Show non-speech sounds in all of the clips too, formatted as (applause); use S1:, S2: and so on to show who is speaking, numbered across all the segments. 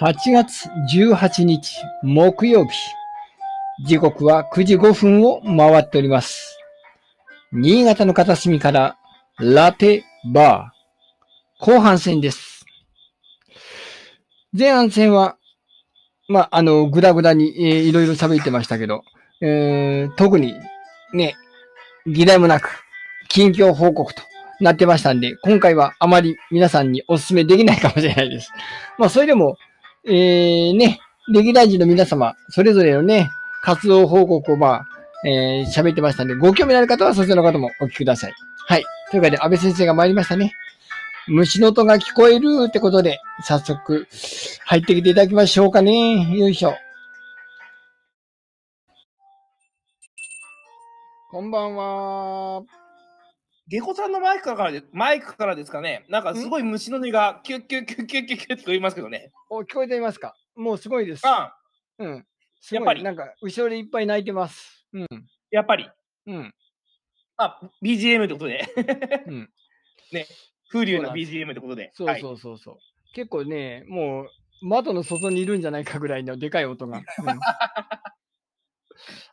S1: 8月18日木曜日。時刻は9時5分を回っております。新潟の片隅からラテバー。後半戦です。前半戦は、まあ、あの、ぐだぐだに、えーいろいろ喋ってましたけど、えー特にね、議題もなく、近況報告となってましたんで、今回はあまり皆さんにお勧めできないかもしれないです。まあ、それでも、えー、ね、歴代人の皆様、それぞれのね、活動報告をまあ、えー、喋ってましたんで、ご興味のある方はそちらの方もお聞きください。はい。というわけで、安倍先生が参りましたね。虫の音が聞こえるってことで、早速、入ってきていただきましょうかね。よいしょ。こんばんは。
S2: ゲコさんのマイクからでマイクからですかね、なんかすごい虫の音がキュッキュッキュッキュッキュッキュッって言いますけどね。
S1: お、聞こえていますかもうすごいです。
S2: あ
S1: うん。す
S2: やっ
S1: ご
S2: ぱ
S1: い。
S2: り
S1: なんか、後ろでいっぱい泣いてます。うん。
S2: やっぱり。
S1: うん。
S2: あ、BGM ってこ
S1: (laughs)
S2: とで。
S1: うん
S2: ね、風流
S1: そ
S2: の
S1: うなんです
S2: BGM ってことで。
S1: そうそうそうそう、結構ね、もう窓の外にいるんじゃないかぐらいのでかい音が。うん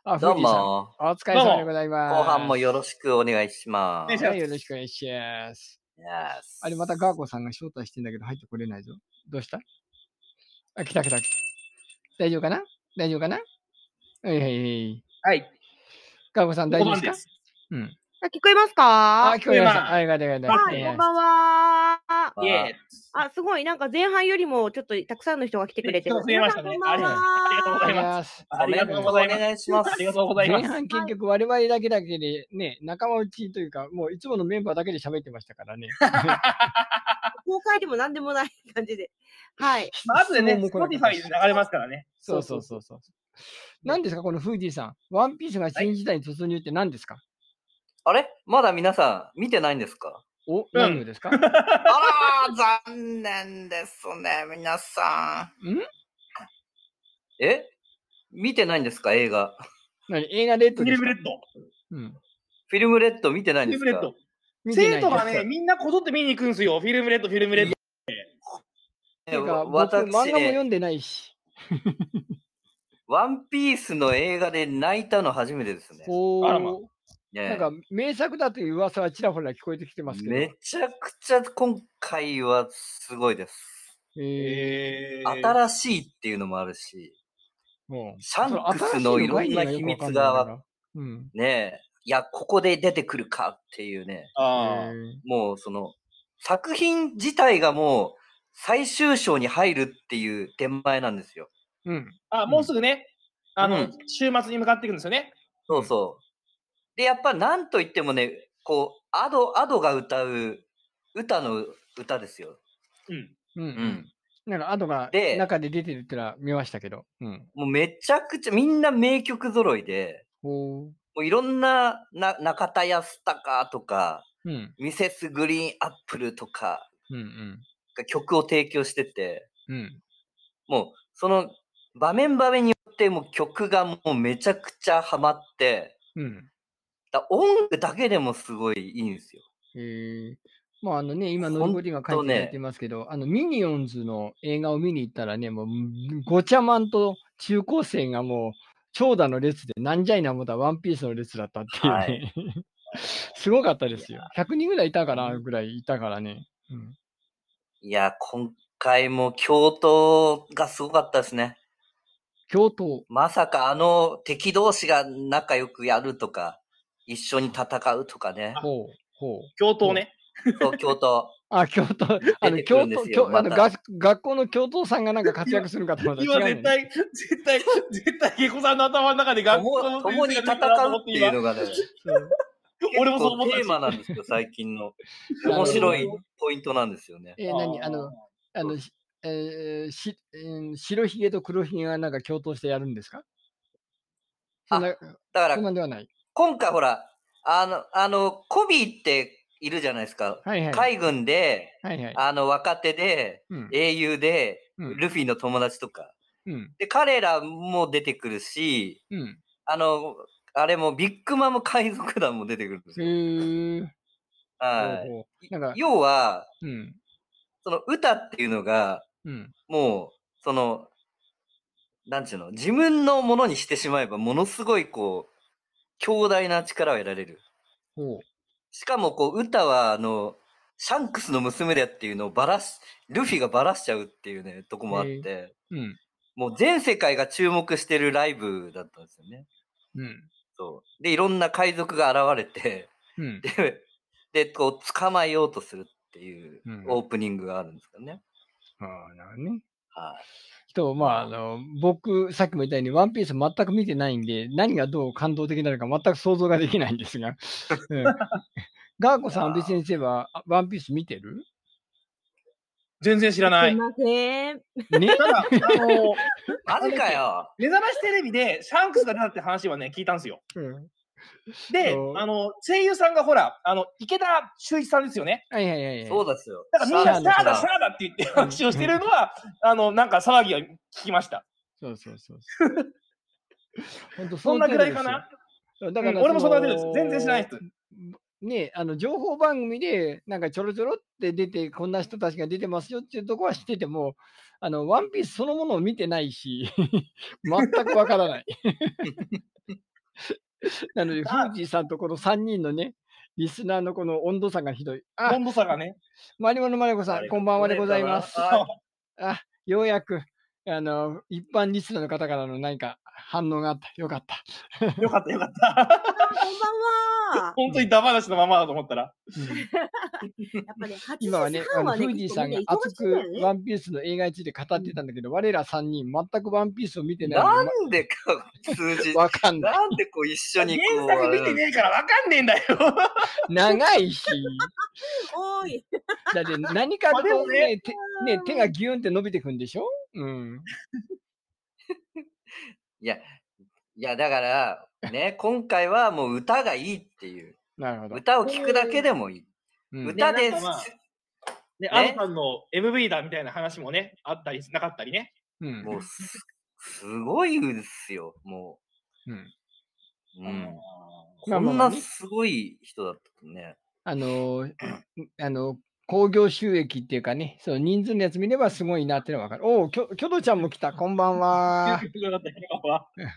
S1: あ、
S3: どう
S1: 富士山。
S3: も、
S1: お疲れ様
S2: どう
S1: で
S2: も
S1: ございます。
S3: 後半もよろしくお願いしま
S2: お願い
S3: す
S2: し。
S1: はい、よろしくお願いします。
S3: Yes
S1: あれ、またガーコさんが招待してんだけど入ってこれないぞ。どうしたあ、来た来た来た。大丈夫かな大丈夫かなはいはいはい。
S2: はい。
S1: ガーコさん大丈夫ですか
S2: ここまでです
S1: うん。
S4: あ聞こえますか
S1: あ、聞こえまし
S2: 今
S1: た。はい、がでがで。
S2: あ
S4: はい、こんばん
S2: イ
S4: は。
S3: わあ
S2: エ
S4: あ、すごい、なんか前半よりもちょっとたくさんの人が来てくれてる
S2: 人。が増えましたね
S4: 皆さんこんばん
S2: ありがとうご
S1: あ
S2: ざ
S1: り
S2: い
S1: がとうござい
S2: ま
S1: ます。
S2: ーイありがとうござい
S1: 前
S2: ます。ありがとうござい
S3: コメントお願いします。
S2: ます。
S1: 半結局我々だけだけでね、仲間内というか、もういつものメンバーだけで喋ってましたからね。
S4: 公開でも何でもない感じで。はい。
S2: まあ後でね、
S1: 質問も来なかった
S2: Spotify
S1: し
S2: で流れますからね。
S1: そうそうそうそう。何ですか、このフーディーさん。ワンピースが新時代に突入って何ですか、
S3: あれまだ皆さん見てないんですか
S1: お、何をですか、
S3: あらー、残念ですね、皆さん。
S1: ん
S3: え見てないんですか映画。
S1: 何映画レッド
S2: フィ
S1: で
S2: ル
S1: す
S2: ム
S1: か
S2: レッド。
S1: うん。
S3: フィルムレッド見てないん
S2: フィ
S3: で
S2: ルムレッ
S3: すか
S2: ド。
S1: 見てない
S2: 生
S1: です
S2: 徒がね、みんなこぞって見に行くんですよ。フィルムレッド、フィルムレッド。
S1: ていうか、
S3: わ
S1: 僕、漫画も
S3: 私
S1: 読
S3: ね、
S1: んでないし。
S3: ワンピースの映画で泣いたの初めてですね。
S1: お
S2: あらま
S1: ー、
S3: ね
S1: なんか名作だという噂はちらほら聞こえてきてますけど。
S3: めちゃくちゃ今回はすごいです。
S1: え
S2: え
S3: 新しいっていうのもあるし、
S1: ー、もう
S3: シャンクスのいろんな秘密
S1: その新しいの概念よくわかんないか
S3: が
S1: らうん。
S3: ねえ、いや、ここで出てくるかっていうね、
S2: あー
S3: もうその、作品自体がもう最終章に入るっていう手前なんですよ。
S1: うん。
S2: あ、もうすぐね、あ
S3: う
S2: の
S3: ん、
S2: 週末に向かっていくんですよね。
S3: そうそう。で、やっぱなんといってもね、こう、アド、アドが歌う歌の歌ですよ。
S2: う
S1: うん。
S2: ん。
S1: う
S3: うんん。
S1: なんか、アドが
S3: で
S1: 中で出てるってのは見ましたけど。うん。
S3: もうめちゃくちゃ、みんな名曲揃いで、
S1: おー
S3: もういろんなな中田康隆とか、
S1: うん。
S3: ミセスグリーンアップルとか
S1: うんうん。
S3: が曲を提供してて、
S1: うん。
S3: もうその場面場面によってもう曲がもうめちゃくちゃハマって、
S1: うん。
S3: だ音楽だけでもすごいいいんですよ。
S1: えー、まああのね、今、ノリゴリが書いていただいてますけど、あの、ミニオンズの映画を見に行ったらね、もう、ごちゃまんと中高生がもう、長蛇の列で、なんじゃいなもんだ、ワンピースの列だったっていうね。(laughs)
S3: は
S1: すごかったですよ。100人ぐらいいたかな、ぐらいいたからね。うん、
S3: いや、今回も京都がすごかったですね。
S1: 京都、
S3: まさかあの敵同士が仲良くやるとか、一緒に戦うとかね。
S1: ほう、ほう。
S2: 教頭ね。
S3: そう、京都。
S1: あ、京都、あの、
S3: 出てくる
S1: 京
S3: んで
S1: 都、
S3: すよ
S1: 京あの
S3: また
S1: 学学校の教頭さんがなんか活躍するかと思ったら
S2: 今
S1: 違うの
S2: 絶
S1: ね。
S2: 対、絶対、絶対、ゲコさんの頭の中で (laughs) 学校の
S3: 共共に戦うっていうのがね、結
S1: そう
S2: 俺もそう
S3: 構
S2: 思った
S3: テ
S2: し
S3: ーマなんですよ、最近の。
S1: なるほ
S3: 面
S1: ど
S3: 白いポイントなんですよね。
S1: えー何あの、あの、しえーしえー白ひげと黒ひげがなんか共闘してやるんですかそんな、
S3: だか
S1: そん
S3: ら
S1: なんではない。
S3: 今回ほら、あの、あの、コビーっているじゃないですか。
S1: はいはい。
S3: 海軍で、
S1: はいはい。
S3: あの、若手で、
S1: うん
S3: 英雄で、
S1: うん
S3: ルフィの友達とか。
S1: うん。
S3: で、彼らも出てくるし、
S1: うん。
S3: あの、あれもビッグマム海賊団も出てくるんです
S1: へ
S3: よ。
S1: ー
S3: は
S1: ほうほう
S3: い
S1: なんか、
S3: 要は、
S1: うん。
S3: その歌っていうのが、
S1: うん。
S3: もう、その、なんちゅうの、自分のものにしてしまえば、ものすごいこう、強大な力を得られる。
S1: ほう。
S3: しかもこう、歌はあの、シャンクスの娘だっていうのをばらし、ルフィがばらしちゃうっていうね、とこもあっ
S1: へ
S3: て、
S1: うん。
S3: もう全世界が注目してるライブだったんですよね。
S1: うん。
S3: そう。で、いろんな海賊が現れて、
S1: うん。
S3: で、でこう、捕まえようとするっていう
S1: うん
S3: オープニングがあるんですけどね。
S1: ああ、なるほどね。
S3: はい。
S1: と、まあ、あの、僕、さっきも言ったように、ワンピース全く見てないんで、何がどう感動的になるか全く想像ができないんですが。
S2: (laughs)
S1: うん、ガーコさん、別に先生は、あワンピース見てる
S2: 全然知ら
S4: す
S2: ないい。
S4: ません。
S1: ね
S2: ただ、あの、
S3: マジかよ
S2: 目覚ましテレビでシャンクスが出たって話はね、聞いたんですよ。
S1: うん。
S2: で
S1: そう、
S2: あの、声優さんがほら、あの、池田修一さんですよね。
S1: はいはいはいはい。
S3: そうですよ。
S2: だからみんな、
S1: シ
S2: シ
S1: ャ
S2: ャ
S1: アの
S2: ーだ、
S1: 方
S2: シャーだって言って話をしてるのは、あの、なんか騒ぎを聞きました。
S1: そうそうそうそう。
S2: (laughs)
S1: 本当
S2: そんなぐらいかな。
S1: そういう程度ですよ。だ
S2: だ
S1: か、
S2: からら、俺もそんなぐらいです。全然知らないです。
S1: ねあの情報番組でなんかちょろちょろって出てこんな人たちが出てますよっていうとこは知っててもあのワンピースそのものを見てないし (laughs) 全くわからない (laughs) なのでフ
S2: あ
S1: ージーさんとこの3人のねリスナーのこの温度差がひどいあ
S2: 温度差がね。
S1: マリモのマリコさんこんばんはでございます
S3: は
S1: ようやくあの一般リスナーの方からの何か反応があったよかった
S2: よかった、よかっ
S1: (laughs)
S2: た。
S4: こんばんは。
S2: 本当にダマなしのままだと思ったら。
S4: やっぱ
S2: (laughs)
S4: ね、8時
S1: 今はね、あ
S4: 半
S1: の
S4: は
S1: フ
S4: ね、
S1: ージーさんが
S4: 結構
S1: 熱
S4: み
S1: く
S4: んな忙しいんだよね
S1: ワンピースの映画について語ってたんだけど、我ら3人、全くワンピースを見て
S3: い
S1: ない
S3: な
S1: の
S3: んでか、数字
S1: で、。わかんない。
S3: なんでこう一緒にこう。
S2: 原作見てねえからわかんねえんだよ。
S1: 長いし、
S4: おい。
S1: だって何か
S2: まあで
S1: と
S2: も
S1: ね
S2: ね
S1: 手ね、手がギュンって伸びてくんでしょうん。
S3: いや、いや、だから、ね、今回はもう歌がいいっ
S1: (laughs)
S3: ていう。
S1: なるほど。
S3: 歌を聴くだけでもいい。
S1: うん
S3: 歌
S2: ね
S3: で
S2: なんかまあね、
S3: ね
S2: アドさんの MV だみたいな話もね、あったりなかったりね。
S1: うん
S3: もうす、すごいですよ、も
S1: うん
S3: う。うん。
S1: まあ
S3: こ
S1: まあ
S3: ん
S1: まあ
S3: な
S1: ね
S3: すごい人だったとね。
S1: あのー、あの、興行収益っていうかね、その人数のやつ見ればすごいなってのはわかる。おお、きょきょどちゃんも来た、こんばんは。うん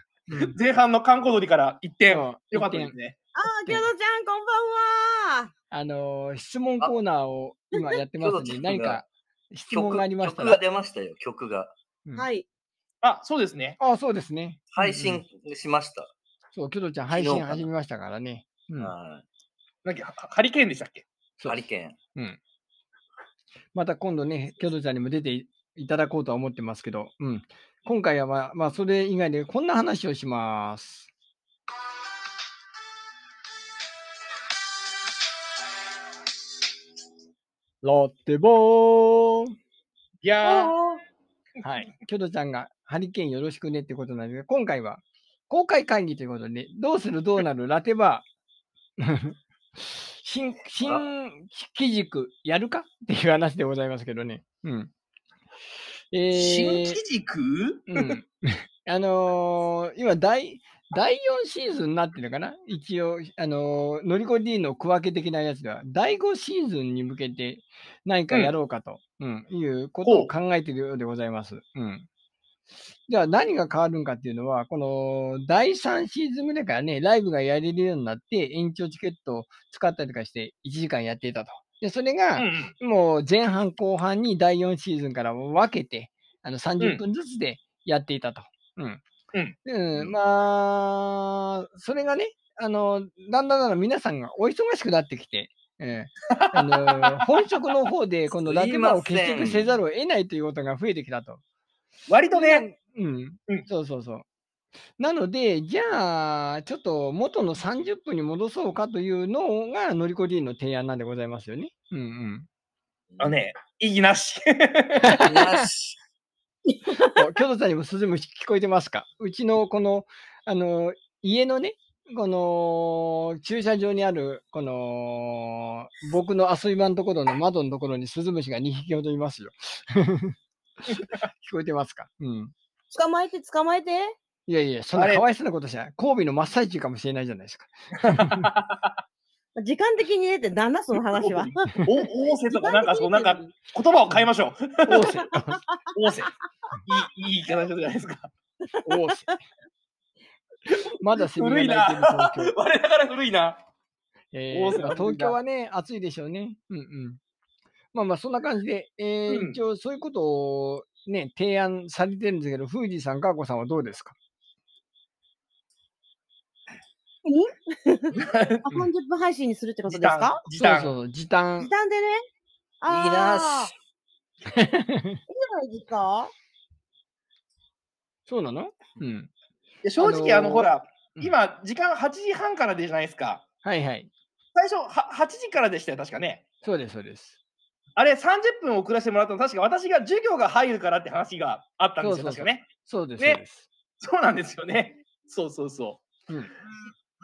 S2: 前半の観光鳥から1点、
S1: そう
S2: よかった
S1: 一
S2: で
S1: 点
S2: すね。
S4: あー、京都ちゃん、こんばんは。
S1: あのー質問コーナーを今やってますん
S3: ち
S1: で、
S3: ょっと
S1: 何か質問
S3: 曲
S1: がありました
S3: 曲が
S1: ら。
S3: 出ましたよ、曲が。
S1: うん
S4: はい。
S2: あ、そうですね。
S1: ああ、そうですね。
S3: 配
S1: うんう
S3: 信
S1: ん
S3: しました。
S1: そう、キョドちゃん配
S3: 昨日か
S1: 信
S3: な
S1: 始めましたからね。うん
S3: は
S2: なんかハリケーンでしたっけ
S3: い。
S1: そう
S3: ハリケーン。
S1: また今度ね、キョドちゃんにも出ていいただこうとは思ってますけど、うん、今回は、まあ、まあ、それ以外でこんな話をします。ロッテボー
S2: いやー、
S1: はい。キョドちゃんがハリケーンよろしくねってことなんですが、今回は公開会議ということで、どうするどうなるラテバー。 (laughs) 新、新機軸やるかっていう話でございますけどね。うん。えー、
S2: 新機軸 (laughs)
S1: うん。あのー今、第、第4シーズンになってるのかな一応、あのー、ノリコ D の区分け的なやつでは、第5シーズンに向けて何かやろうかと、うんいうこと
S2: ほ
S1: を
S2: う
S1: 考えているようでございます。うん。じゃあ何が変わるんかっていうのは、この第3シーズンぐらいからね、ライブがやれるようになって、延長チケットを使ったりとかして、1時間やっていたと。で、それ
S2: う
S1: が、
S2: ん。
S1: もう前半後半に第4シーズンから分けて、あの
S2: う
S1: 30
S2: ん
S1: 分ずつでやっていたと。うん。
S2: う
S1: う
S2: ん
S1: ん
S3: うん
S1: まあ、それがね、あの、だんだんだんだん皆さんがお忙しくなってきて、ええあの本職の方で、このラテマを
S3: すいませ
S1: 結
S3: ん
S1: 局せざるを得ないということが増えてきたと。
S2: 割とね、
S1: うん
S2: うん、
S1: そうそうそう。なので、じゃあ、ちょっと元の30分に戻そうかというのが、のりこ D の提案なんでございますよね。うんうん。
S2: あのね、意義なし。(laughs)
S3: なし。
S1: お京都さんにも鈴虫聞こえてますかうちのこの、あの、家のね、この、駐車場にある、この、僕の遊び場のところの窓のところに鈴虫が2匹ほどいますよ。 (laughs) 聞こえてますかうん。
S4: 捕まえて、捕まえて。
S1: いやいや、そんな
S2: あれ (laughs)
S1: かわいそうなことしない。神戸の真っ最中かもしれないじゃないですか。
S4: 時間的に出てなんだその
S2: (laughs)
S4: 話は。
S2: お、大瀬とか、なんか、そう、な
S4: 時
S2: ん
S4: 間
S2: か
S4: 的、に
S2: 言葉を変えましょう。
S1: 大瀬。
S2: 大瀬。いい、いい言い方じゃないですか。
S1: 大瀬。 (laughs) まだセミが鳴いてる東京。
S2: (laughs) 我ながら古いな。
S1: えー
S2: 大阪
S1: まあ東京はね、暑いでしょうね。うんうん。まあまあ、そんな感じで、えー
S2: うん
S1: 一応そういうことをね、提案されてるんですけど、富士山、かこさんはどうですか
S4: あ
S1: うん
S4: 30分配信にするってこと
S2: 時
S4: です
S2: 短
S4: か。
S2: 時
S1: そう
S2: 短。
S1: そう、時
S4: 時
S1: 短。
S4: 短でね。あ
S3: いいなっ
S4: あ
S3: す。
S4: いいじゃないですか。
S1: そうなのうん。
S2: いや正直、あ
S1: あのー
S2: の、ほら、
S1: うん
S2: 今、時間8時半からでじゃないですか。
S1: はいはい。
S2: 最初、は8時からでしたよ、確かね。
S1: そうです、そうです。
S2: あれ、30分遅らせてもらったの、確か私が授業が入るからって話があったんです
S1: そ
S2: よ、
S1: うそう
S2: 確
S1: そ
S2: か
S1: う
S2: ね。
S1: そうです、
S2: ね
S1: そうです。
S2: そうなんですよね。そうそうそう。
S1: うん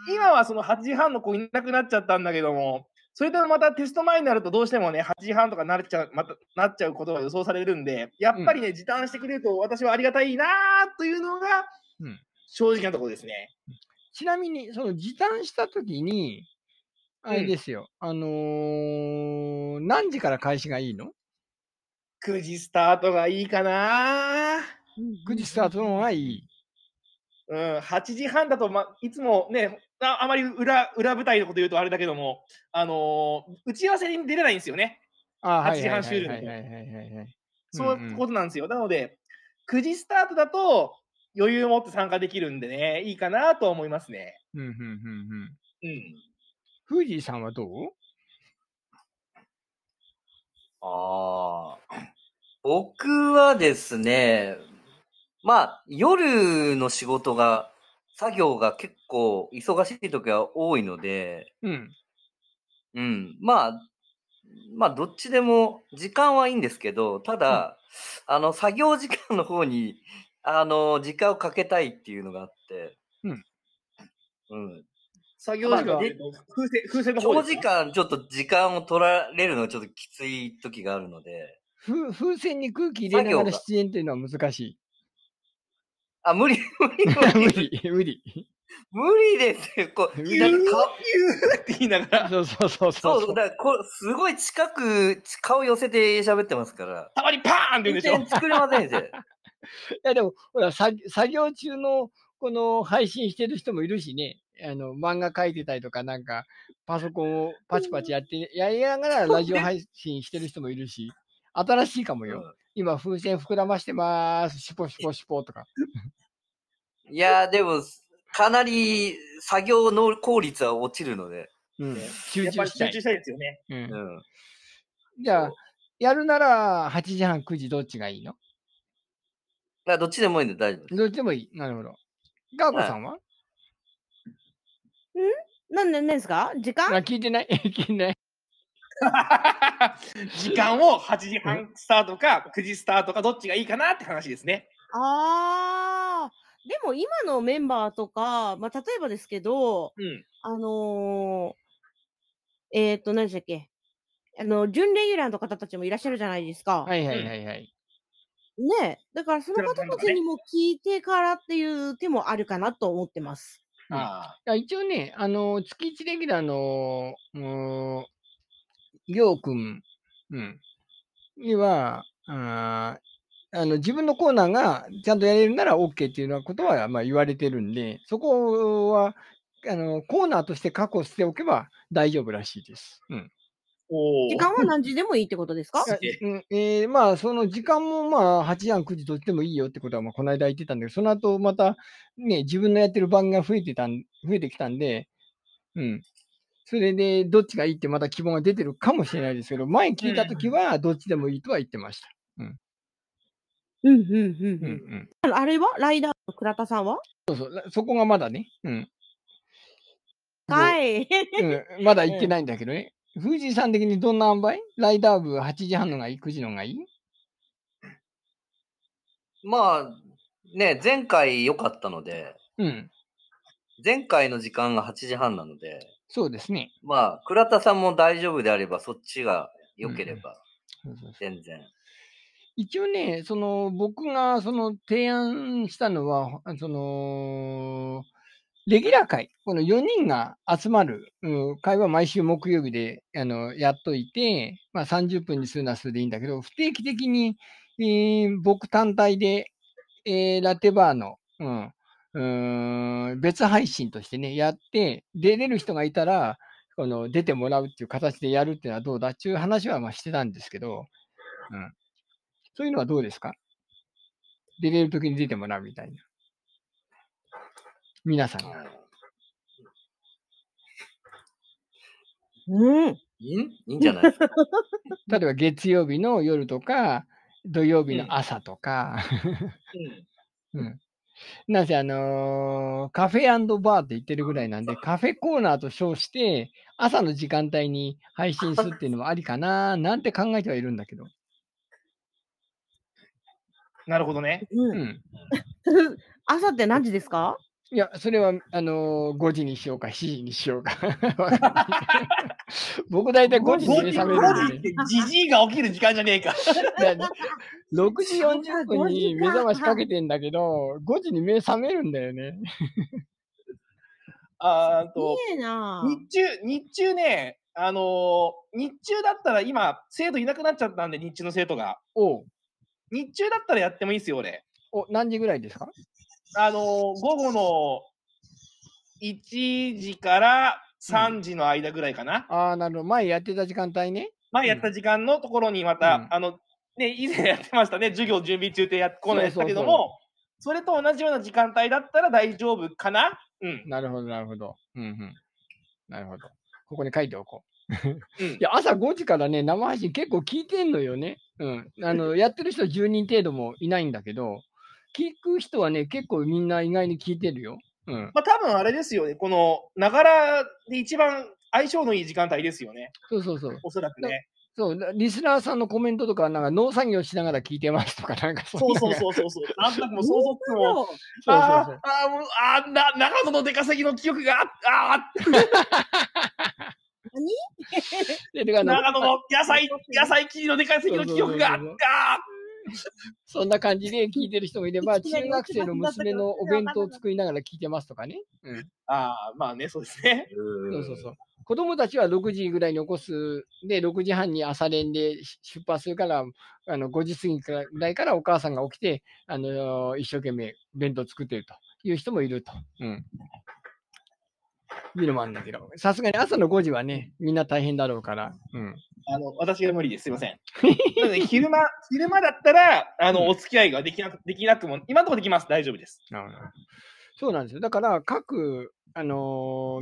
S2: 今はその8時半の子いなくなっちゃったんだけども、それとまたテスト前になるとどうしてもね、8時半とかなっちゃう、またなっちゃうことが予想されるんで、やっぱりね、時短してくれると私はありがたいなというのが
S1: うん、
S2: 正直なところですね。
S1: ちなみに、その時短したときに、あれですよ、あのー何時から開始がいいの
S2: 9時スタートがいいかな
S1: ?9 時スタートの方がいい。
S2: うん、8時半だと、ま、いつもね、ああまり裏裏舞台のこと言うとあれだけども、あのー打ち合わせに出れないんですよね。
S1: あー、は
S2: 8
S1: い
S2: 時
S1: はい
S2: 半
S1: は
S2: 終
S1: い
S2: 了
S1: はいはいはいはい。
S2: そう
S1: うんう
S2: い
S1: ん
S2: うことなんですよ。なので、9時スタートだと余裕を持って参加できるんでね、いいかなと思いますね。
S1: うんうんうんうん。
S2: うん。
S1: 富士さんはどう
S3: ああ。僕はですね、まあ、夜の仕事が、作業が結構忙しい時は多いので、
S1: うん。
S3: うん。まあ、まあ、どっちでも時間はいいんですけど、ただ、あの、作業時間の方に、あの、時間をかけたいっていうのがあって、
S1: うん。
S3: うん。
S2: 作業時間
S3: まあ
S2: は、
S3: で
S2: えっと風船、風船の方
S3: 長
S2: です
S3: 時
S2: か
S3: 間、ちょっと時間を取られるのはちょっときつい時があるので、
S1: ふ風船に空気入れなが
S3: 作
S1: ら
S3: 業が
S1: 出演というのは難しい。
S3: あ、無理、無理、
S1: (laughs)
S3: 無
S1: 無
S3: 理。
S1: 理、無理。
S3: 無理ですよ。こう
S1: 無
S2: ギ
S1: 理
S2: ュー
S3: な
S2: ギュ
S3: んか顔
S2: ーって言いながら、
S1: そうそうそうそ
S3: そう
S1: そ
S3: うそうう、だからこうすごい近く、顔寄せて喋ってますから。
S2: たまにパーンって言うんで
S3: 全
S2: しょ
S3: 然。作れません
S1: い
S3: で。
S1: やでも、ほら、作作業中の、この配信してる人もいるしね、あの、漫画書いてたりとか、なんか、パソコンをパチパチやって、やりながらラジオ配信してる人もいるし、新しいかもよ。今、風船膨らましてまーす。シュポシュポシュポとか。
S3: いやー、でも、かなり作業の効率は落ちるので。
S1: うん
S2: ね。
S1: 集
S2: やっ
S1: 中
S2: ぱり
S1: した
S2: 集
S1: い
S2: 中。したいですよね。
S1: うん
S3: うん。
S1: じゃあ、やるなら、8時半、9時、どっちがいいの
S3: まあどっちでもいいんで大丈夫です。
S1: どっちでもいい。なるほど。ガーコさんは、
S4: なんでなんですか時間
S1: あ聞いてない (laughs) 聞いてない。
S2: (laughs) 時間を8時半スタートか9時スタートかどっちがいいかなって話ですね。
S4: ああ。でも今のメンバーとか、まあ、例えばですけど、
S2: うん。
S4: あのー、えっ、ー、と、何でしたっけあの、準レギュラーの方たちもいらっしゃるじゃないですか。
S1: はいはいはいはい。
S4: ねえ。だからその
S2: クラブ
S4: 方
S2: メンバ
S4: た
S2: ー
S4: ち
S2: ね
S4: にも聞いてからっていう手もあるかなと思ってます。
S1: うん
S2: あ
S1: いや一応ね、あの、月1レギュラーの、うーん、りょうくん、うん、には、あーあの自分のコーナーがちゃんとやれるなら OK っていうようなことはまあ言われてるんで、そこはあのコーナーとして確保しておけば大丈夫らしいです。うん
S2: お
S4: 時
S2: ー
S4: 間は何時でもいいってことですか
S2: すげえ
S1: うんえーまあ、その時間もまあ、8時半、9時とってもいいよってことは、まあ、この間言ってたんだけど、その後また、ね、自分のやってる番組が増えてたん、増えてきたんで、うん。それで、どっちがいいってまた希望が出てるかもしれないですけど、前聞いたときは、どっちでもいいとは言ってました。
S4: うんうんうん
S1: う
S4: うんん。
S1: うん。
S4: あのあれはライダーの倉田さんは
S1: そこがまだね、うん。
S4: はい。
S1: うん、まだ行ってないんだけどね。富士山的にどんな塩梅ライダー部8時半のがいい ?9 時のがいい
S3: まあ、ね、前回良かったので、
S1: うん。
S3: 前回の時間が8時半なので、
S1: そうですね。
S3: まあ、倉田さんも大丈夫であれば、そっちが良ければ、
S1: そうそうそう
S3: 全然。
S1: 一応ね、その僕がその提案したのは、あそのレギュラー会、この4人が集まる、うん、会は毎週木曜日であのやっといて、まあ、30分にするのはそれでいいんだけど、不定期的に、えー僕単体で、えーラテバーの、うんうーん、別配信としてね、やって、出れる人がいたら、この出てもらうっていう形でやるっていうのはどうだっていう話はまあしてたんですけど、うん、そういうのはどうですか出れるときに出てもらうみたいな。皆さんが。
S4: うん。
S3: いいんいいんじゃないですか。
S1: 例えば月曜日の夜とか、土曜日の朝とか、 (laughs) なぜあのーカフェバーって言ってるぐらいなんで、カフェコーナーと称して、朝の時間帯に配信するっていうのもありかな、なんて考えてはいるんだけど。
S2: なるほどね。
S4: う、
S1: うんん。
S4: 朝って何時ですか
S1: いや、それは、あのー5時にしようか、7時にしようか。 (laughs) わかんない僕大体5時に目覚め
S2: 5
S1: る
S2: 時
S1: ん
S2: っ
S1: で、
S2: てじじいが起きる時間じゃねえか。 (laughs)
S1: だ6時40分に目覚ましかけてんだけど、5時に目覚めるんだよね。
S2: あーっと、
S4: いいなぁ。
S2: 日中、日中ね、あのー日中だったら今、生徒いなくなっちゃったんで、日中の生徒が。
S1: おう
S2: 日中だったらやってもいいですよ、俺。
S1: お、何時ぐらいですか
S2: あのー午後の1時から3時の間ぐらいかな。
S1: ああ、なるほど。前やってた時間帯ね。
S2: 前やった時間のところにまた、
S1: うん
S2: あの、ね、以前やってましたね、授業準備中ってやっこのやったけども、それと同じような時間帯だったら大丈夫かなうん。
S1: なるほど、なるほど。うんうん。なるほど。ここに書いておこう。
S2: うん
S1: いや、朝5時からね、生配信結構聞いてんのよね。うん。あの、やってる人10人程度もいないんだけど、聞く人はね、結構みんな意外に聞いてるよ。うん。
S2: まあ、多分あれですよね、この、ながらで一番相性のいい時間帯ですよね、
S1: そうそうそう。
S2: おそらくね。
S1: そう、だリスナーさんのコメントとか、なんか農作業しながら聞いてますとか、なんか
S2: そ
S1: ん
S2: う
S1: な
S2: そ
S1: (laughs)
S2: う
S1: そう
S2: そうそうそう。なんとなくもう想像つくもん。
S4: そう
S1: そう
S2: あ
S1: そう
S2: ー。あーもうあーな長野の出稼ぎの記憶がああー
S1: でだから
S2: 長野の野菜野菜切りの出稼ぎの記憶があ
S1: そうそうそう
S2: あ
S1: そんな感じで聞いてる人もいれば、
S4: いきな
S1: 中
S4: り
S1: 学生の娘のお弁当を作りながら聞いてますとかね。うん。
S2: ーあーまあねそうですね
S3: う
S1: (laughs) そ
S3: ん
S1: うそうそう。子供たちは6時ぐらいに起こす。で、6時半に朝練でし出発するから、あの5時過ぎからぐらいからお母さんが起きて、あのー一生懸命弁当作ってるという人もいると。うん。いうのもあるんだけど、さすがに朝の5時はね、みんな大変だろうから。うん。
S2: あの私が無理ですすいませ
S1: (laughs)
S2: んなので昼間昼間だったらあの、お付き合いができなくできなくも今のところできます大丈夫です
S1: なるほど。そうなんですよ。だから、各、あの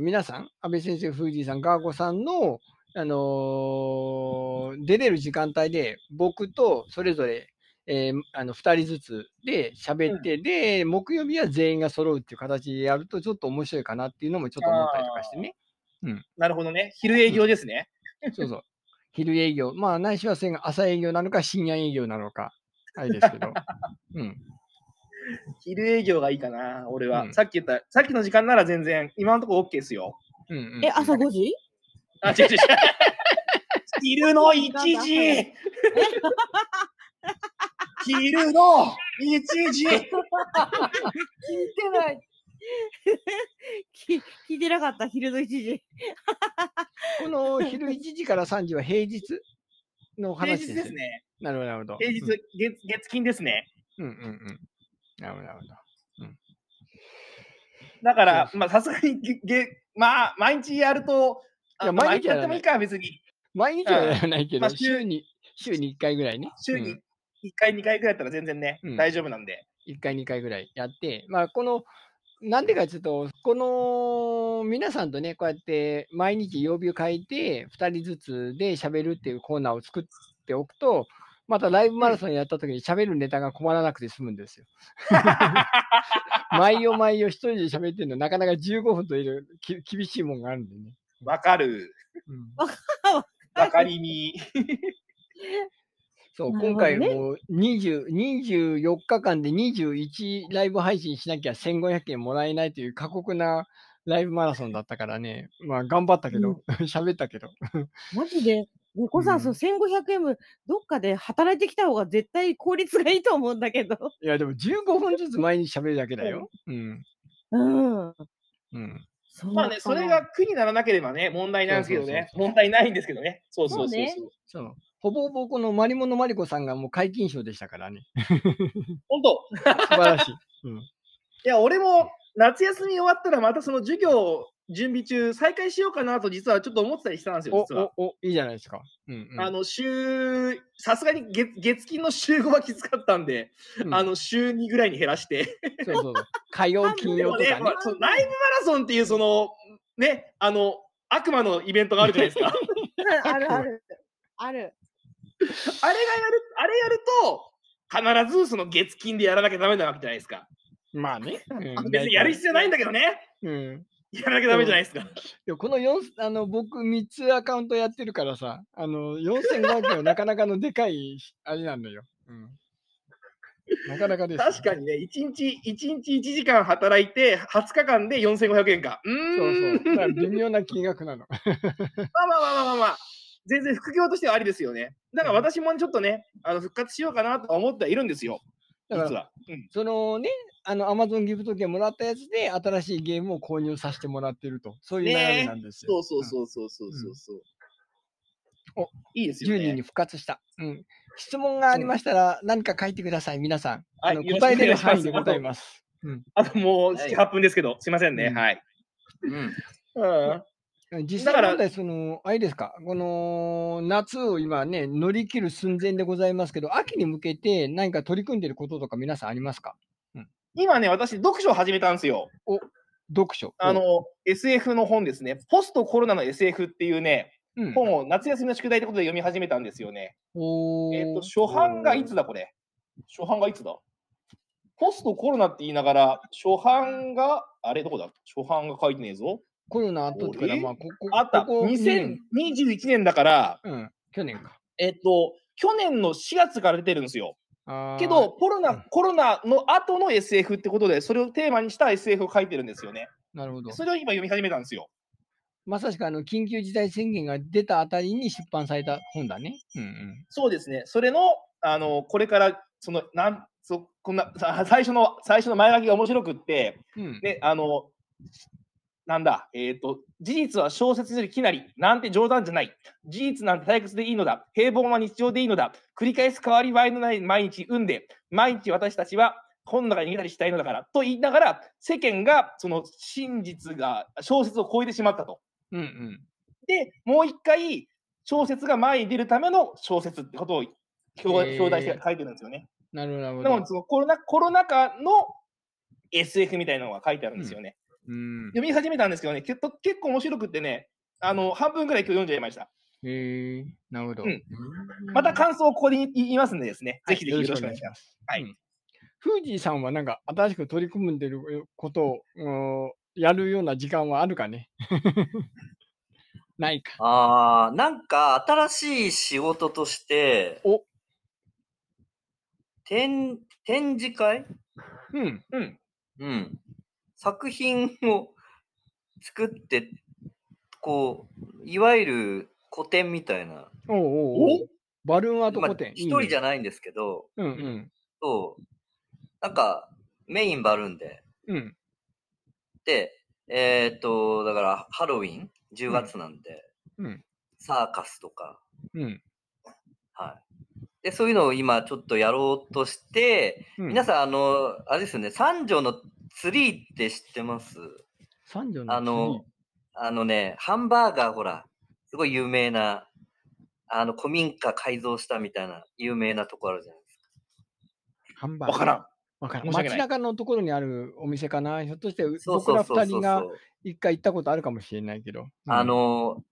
S1: ー皆さん、安倍先生、フージーさん、ガーゴさんの、あのー出れる時間帯で、僕とそれぞれ、えーあの2人ずつで喋って、で、木曜日は全員が揃うっていう形でやると、ちょっと面白いかなっていうのもちょっと思ったりとかして (laughs) ね。
S2: なるほどね昼営業ですね、
S1: そうそう。昼営業、まあ、ないしはそれが朝営業なのか、深夜営業なのか、あれですけど。うん。
S2: 昼営業がいいかな俺は、
S1: うん
S2: さっき言ったさっきの時間なら全然今のところ OK ですよ
S1: うんうんうん
S4: え、朝5時
S2: あ違 (laughs) う違う違う昼の1時 (laughs) 昼の1時
S3: 聞いてない。
S4: き聞いてなかった、昼の1時。
S1: この昼1時から3時は平日の
S2: 平
S1: 話です
S2: 日
S1: よ
S2: です。ね。
S1: なるほど、なるほど。
S2: 平日、月月金ですね。
S1: うんうんうんうん。なるほど、なるほど。
S2: だから
S1: そ、
S2: まあ、さすがにげ、げまあ、毎日やると、
S1: いや
S2: あ
S1: 毎日や
S2: や
S1: らな
S2: っても
S1: い
S2: いいか、別に。
S1: 毎日はやらないけ
S2: ま
S1: ど、
S2: あ週
S1: 週に、週に1回ぐらいね。
S2: 週に
S1: うん
S2: 1回、2回くらいだったら全然ね、
S1: うん
S2: 大丈夫なんで。
S1: 1回、2回ぐらいやって、まあ、この、なんでかちょっと、この、皆さんとね、こうやって、毎日曜日を変えて、2人ずつで喋るっていうコーナーを作っておくと、またライブマラソンやった時に喋るネタが困らなくて済むんですよ。毎夜毎夜一人で喋ってるの、なかなか15分といるき厳しいもんがあるんでね。
S2: わかる。
S1: うん
S2: わかりみ。
S1: そう、
S4: なる
S1: 今
S4: ほど
S1: 回
S4: ね
S1: もう20 24日間で21ライブ配信しなきゃ1500円もらえないという過酷なライブマラソンだったからね、まあ頑張ったけど、 (laughs) 喋、ったけど、
S4: マジで猫さん、
S1: うん
S4: その1500円分、どっかで働いてきた方が絶対効率がいいと思うんだけど。 (laughs)
S1: いやでも15分ずつ毎日喋るだけだよ。うん。
S4: うん。
S1: うん。
S4: そう
S2: まあね、それが苦にならなければね、問題ないんですけどね。
S1: そうそうそうそう
S2: 問題ないんですけどね。そうそうそうそう。
S4: そうね
S1: そう。ほぼほぼこのマリモのマリコさんがもう解禁賞でしたから
S2: (laughs)
S1: ね。
S2: 本当、
S1: 素晴らしい。
S2: いや、俺も夏休み終わったら、またその授業準備中、再開しようかなと、実はちょっと思ってたりしたんです (laughs) よ、実は。
S1: お、お、お、いいじゃないですか。うん、うん。
S2: あの週、さすがに月月金の週5はきつかったんで、
S1: うん
S2: あの週2ぐらいに減らして、
S1: そうそうそう。火
S2: (laughs)
S1: 曜、金
S2: で
S1: 曜
S2: も
S1: と
S2: ね、
S1: か
S2: ま
S1: ね
S2: あ。そのライブマラソンっていう、その、ね、あの、悪魔のイベントがあるじゃないですか。あれがやる、
S4: (laughs) あるある。ある。
S2: あれやると、必ずその月金でやらなきゃダメなわけじゃないですか。
S1: まあね。うん
S2: (laughs) 別にやる必要ないんだけどね、
S1: うん。
S2: やらなきゃダメじゃないですか。
S1: いやこの四あの僕3つアカウントやってるからさ、あの4500円はなかなかのでかい (laughs) あれなのよ。うん、なかなかですよ。
S2: 確かにね、1日、一日1時間働いて、20日間で4500円か。う
S1: そう
S2: ー
S1: そ
S2: ん。
S1: う。だから微妙な金額なの。
S2: まあまあまあまあまあまあ、全然副業としてはありですよね。だから私もちょっとね、あの復活しようかなとは思ってはいるんですよ、
S1: だ
S2: 実
S1: から、
S2: は。うん
S1: そのね、あの Amazon ギフト券もらったやつで新しいゲームを購入させてもらってると、そういう流
S2: ね
S1: れ
S2: え
S1: なんですよ。
S2: そうそうそうそうそうそうそう。
S1: お
S2: いいですよ
S1: 10人に
S2: ね。
S1: 復活した。うん。質問がありましたら何か書いてください、皆さん。
S2: は
S1: あ
S2: い
S1: の
S2: よろしく
S1: 答えれる
S2: お願いします
S1: 範囲でございます。うん、
S2: あともう
S3: はい
S2: 7、8分ですけど、すいませんね。
S1: うん
S2: はい。
S3: うん。
S2: うん
S1: 実
S2: だか
S1: 際
S2: ら
S1: 問題、その、あれですか、この夏を今ね、乗り切る寸前でございますけど、秋に向けて何か取り組んでることとか皆さんありますか
S2: 今ね、私、読書を始めたんですよ。
S1: 読書。
S2: あの、SF の本ですね。ポストコロナの SF っていうね、
S1: うん、
S2: 本を夏休みの宿題ってことで読み始めたんですよね。
S1: おー
S2: えっ、と、初版がいつだ、これ。初版がいつだポストコロナって言いながら、初版が、あれ、どこだ初版が書いてねえぞ。
S1: コロナあったってから、
S2: え
S1: まあ、ここ、
S2: あった。
S1: ここ2年
S2: 2021年だから、
S1: うん、去年か。
S2: えっ、と、去年の4月から出てるんですよ。
S1: あー
S2: けど、、コロ
S1: う
S2: ナ、
S1: ん
S2: コロナの後の SF ってことで、それをテーマにした SF を書いてるんですよね。
S1: なるほど。
S2: それを今読み始めたんですよ。
S1: まさしく、あの、緊急事態宣言が出たあたりに出版された本だね。うんうん。
S2: そうですね。それの、あの、これから、その、なん、そ、こんな、 (laughs) さ最初の、最初の前書きが面白くって、
S1: うん、
S2: で、あの、なんだ、えっ、と、事実は小説よりきなり、なんて冗談じゃない、事実なんて退屈でいいのだ、平凡は日常でいいのだ、繰り返す変わり映えのない毎日産んで、毎日私たちは本の中に逃げたりしたいのだから、と言いながら、世間がその真実が小説を超えてしまったと。
S1: うんうん。
S2: で、もう一回、小説が前に出るための小説ってことを表表題して書いてるんですよね。
S1: なるほど、なるほ
S2: でも
S1: ど。
S2: そのコロナ、コロナ禍の SF みたいなのが書いてあるんですよね。
S1: うん。
S2: 読み始めたんですけどね、結構結構面白くってね、あの半分ぐらい今日読んじゃいました。
S1: へえー、なるほど。
S2: うんまた感想をここで言いますんでですね、ぜひぜひよろしくお願いします。
S1: す。
S2: はい
S1: うん。フージーさんはなんか新しく取り組んでることをうんやるような時間はあるかね (laughs) ないか。
S3: ああ、なんか新しい仕事として、
S1: お
S3: 展展示会
S1: うん。
S2: うん、
S3: うん。作品を作って、こう、いわゆる古典みたいな。
S1: おうおうおうバルーンアート
S3: まあ
S1: 古典。
S3: 一人じゃ
S1: ん。
S3: ないんですけど、
S1: うんうん。
S3: そう。なんか、メインバルーンで。
S1: うん。
S3: で、えっ、と、だから、ハロウィン ?10 月なんで、
S1: うん
S3: サーカスとか、
S1: うん。
S3: はい。で、そういうのを今ちょっとやろうとして、
S1: うん、
S3: 皆
S1: さん、
S3: さん、あの、あれですよね、三条のツリーって知ってます
S1: 三女の
S3: あの、あのね、ハンバーガー、ほら、すごい有名な、あの、古民家改造したみたいな有名なとこあるじゃないですか。
S1: 次、ハンバーガー。
S2: わからん。
S1: わからん。
S2: 申し訳な
S1: 街
S2: い
S1: 中のところにあるお店かな。ひょっとして、
S3: そう
S1: 僕
S3: そ
S1: ら
S3: うそ
S1: 二
S3: うそ
S1: 人
S3: う
S1: が
S3: そう。
S1: 一回行ったことあるかもしれないけど。うん
S3: あ、の、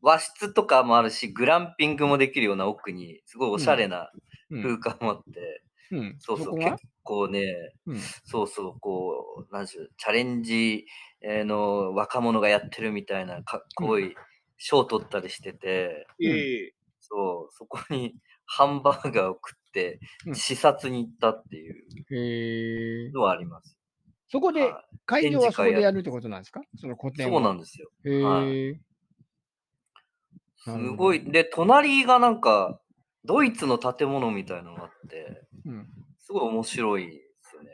S3: 和室とかもあるし、グランピングもできるような奥に、すごいおしゃれな
S1: うん
S3: 空間もあって、
S1: うん。
S3: そう
S1: そ
S3: そ
S1: こ
S3: う、
S1: が
S3: 結構ね、
S1: うん
S3: そうそう、こう、なんしゅう、チャレンジえーの若者がやってるみたいな、かっこいい賞を取ったりしてて、
S2: ええ
S3: そう、そこにハンバーガーを食って
S1: う、ん
S3: 視察に行ったっていう
S1: へえ。
S3: のはあります。
S1: そこで、
S3: は
S1: 会場はそこ
S3: 展示会や
S1: でやるってことなんですかその古
S3: い
S1: 典
S3: そう
S1: は
S3: なんですよ。
S1: へえ、
S3: はいす
S1: なるほど
S3: ごい。で、隣がなんか、ドイツの建物みたいなのがあって、
S1: うん。 (laughs)
S3: すごい面白いですよね。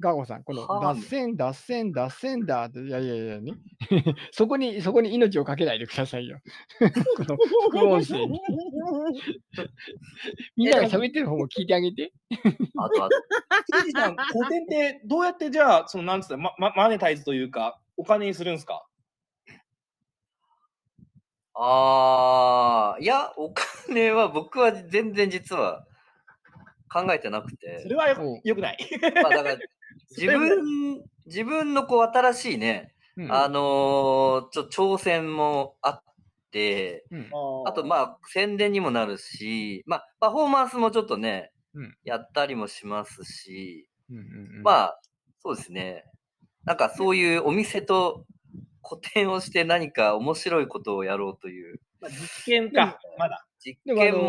S1: かごさん、この
S3: はあ
S1: 脱線、脱線、脱線だって、いやいやいやね。 (laughs) そこに、そこに命をかけないでくださいよ。 (laughs) この副音声
S3: (laughs)
S4: (laughs)
S1: に。みんなが喋ってる方も聞いてあげて。
S3: あとは、
S2: ひじさん、古典ってどうやってじゃあ、そのなんつったらままマネタイズというか、お金にするんですか
S3: ああ、いや、お金は僕は全然実は考えてなく
S2: そ
S3: て。
S2: れはよ
S1: うん
S2: よくない。
S3: まあだ
S1: (laughs)
S3: から自分、自分のこう新しいね、
S1: うん
S3: あのーちょ、挑戦もあって、
S1: うん
S3: あと
S2: (laughs) あ
S3: まあ宣伝にもなるし、まあパフォーマンスもちょっとね、
S1: うん
S3: やったりもしますし、
S1: うんうんうん
S3: まあそうですね、なんかそういうお店と個展をして何か面白いことをやろうという
S2: ー、実験か、まだ。
S3: 実
S1: でもあのー
S3: 験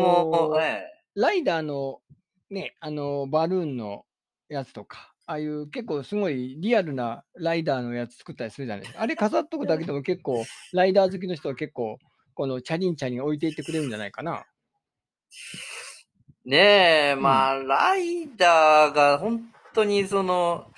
S3: も、ね、
S1: ライダーの、ね、あの、バルーンのやつとか、ああいう結構すごいリアルなライダーのやつ作ったりするじゃないですか。あれ飾っとくだけでも結構、ライダー好きの人は結構、このチャリンチャリン置いていってくれるんじゃないかな。
S3: ねえ、まあ、ライダーが本当にその、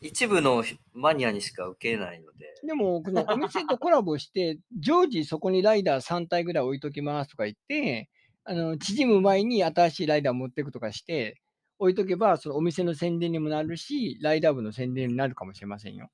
S3: 一部のマニアにしか受けないので、
S1: でも、このお店とコラボして、常時そこにライダー3体ぐらい置いときますとか言って、あの縮む前に新しいライダー持っていくとかして、置いとけば、そのお店の宣伝にもなるし、ライダー部の宣伝になるかもしれませんよ。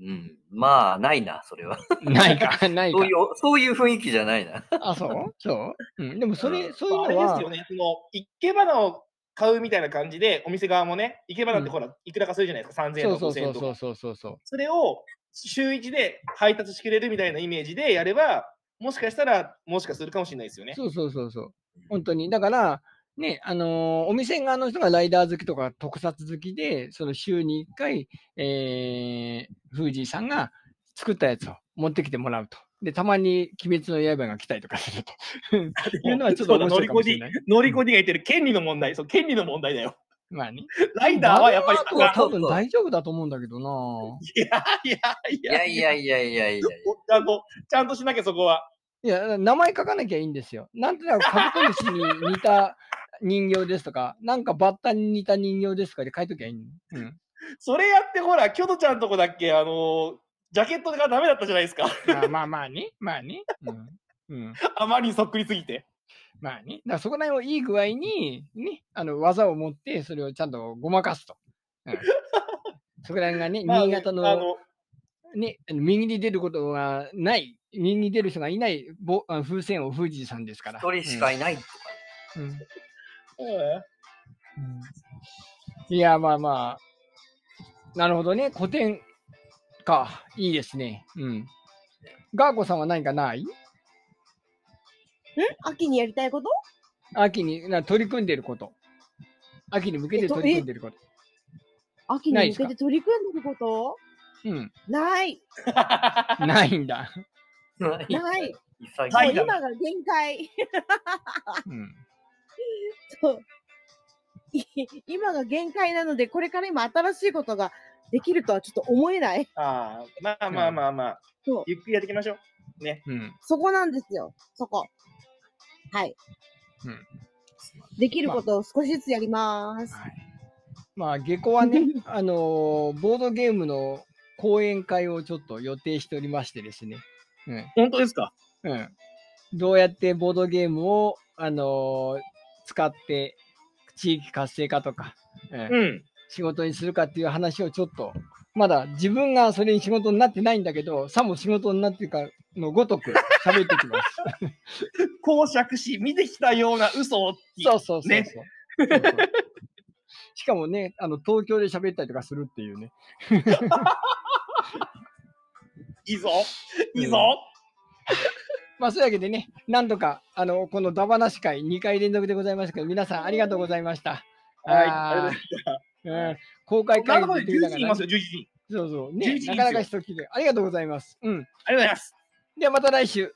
S3: うん、まあ、ないな、それは。
S1: ないか、ない
S3: そ
S1: か
S3: うい。う、そういう雰囲気じゃないな。
S1: あ、そうそう、うん、でもそれ、そう
S2: まああ
S1: いう
S2: れ
S1: の
S2: で
S1: は
S2: すよ、ね、その、いけばなを買うみたいな感じで、お店側もね、いけばなってほら、いくらかするじゃないですか、3000円
S1: そうそう
S2: とか5000
S1: そ
S2: 円
S1: う
S2: と
S1: そ
S2: か。
S1: うそうそうそう。
S2: それを週1で配達してくれるみたいなイメージでやれば、もしかしたら、もしかするかもしれないですよね。
S1: そうそうそうそう。本当に。だから、ね、あのーお店側の人がライダー好きとか特撮好きで、その週に1回、えー、フージーさんが作ったやつを持ってきてもらうと。で、たまに鬼滅の刃が来たりとかすると。 (laughs) いうのはちょっと
S2: そうだ
S1: 面白いかもしれない。
S2: 乗り込みが言ってる権利の問題、そう、権利の問題
S1: (laughs)
S2: だよ。
S1: まあ
S2: (laughs)
S1: ね。
S2: ライダーはやっぱり
S1: バルーンアートは多分大丈夫だと思うんだけど
S2: (laughs)
S1: ない
S2: やいやい
S3: い
S2: や
S3: やいやいやいやいや。
S2: ちゃんと、ちゃんとしなきゃそこは。
S1: いや、名前書かなきゃいいんですよ。なんとなくカブトムシに似た人形ですとか、なんかバッタに似た人形ですとかで書いときゃいいの。うん
S2: それやってほら、キョドちゃんとこだっけ、あの、ジャケットがダメだったじゃないですか。 (laughs)
S1: まあまあまあね、まあね。うん。うん、
S2: あまりにそっくりすぎて。
S1: まあね。だからそこら辺をいい具合に、ね、あの、技を持って、それをちゃんとごまかすと。うん、そこら辺がね、
S2: まあ
S1: 新潟
S2: あ
S1: の、
S2: の、
S1: ね、あの右に出ることがない、右に出る人がいないぼあ風船を富士山ですから。
S3: 一人しかいないとか。
S1: うんうん
S2: うん
S1: いや、まあまあ、なるほどね。古典か。いいですね。うん。ガーコさんは何かない
S4: (laughs) 秋にやりたいこと
S1: 秋にな取り組んでること。秋に向けて取り組んでること。
S4: 秋
S1: ないで
S4: に向
S1: すか
S4: けて取り組んでること
S1: うん。
S4: ない、
S1: ないんだ。
S3: (laughs)
S4: ない。
S3: 潔い。
S2: は
S4: もう
S2: い
S4: 今が限界。
S1: うん。
S4: そうい (laughs) 今が限界なので、これから今新しいことができるとはちょっと思えない。 (laughs)
S2: あーまあまあまあまあ、
S4: そう
S2: ゆっくりやっていきましょう。
S1: うん。
S4: そこなんですよ。そこ。はい。
S1: うん
S4: できることを少しずつやります。
S1: はいまあ、下校は (laughs) ね、あのーボードゲームの講演会をちょっと予定しておりましてですね。
S2: 本当ですか
S1: うん。うん。どうやってボードゲームを、あのー使って地域活性化とか、うん
S2: うん。
S1: 仕事にするかっていう話をちょっと、まだ自分がそれに仕事になってないんだけど、さも仕事になってるかのごとく喋ってきます。
S2: 公爵し、見てきたような嘘を。
S1: そうそうそうそう。
S2: ね
S1: そうそう (laughs) しかもね、あの東京で喋ったりとかするっていうね。
S2: いいぞ。いいぞ。
S1: まあ、そういうわけでね、なんとか、あの、このダバなし会2回連続でございましたけど、皆さんありがとうございました。
S2: は
S1: あー
S2: いありがとうございま
S1: うん、公開
S2: な
S1: 会
S2: んだこ
S1: 議
S2: れ、
S1: でき
S2: 11
S1: たか
S2: 人
S1: ら
S2: いますよ、11人。
S1: そうそう。ね、
S2: 11
S1: なかなか人来て、ありがとうございます。うん。
S2: ありがとうございます。
S1: ではまた来週。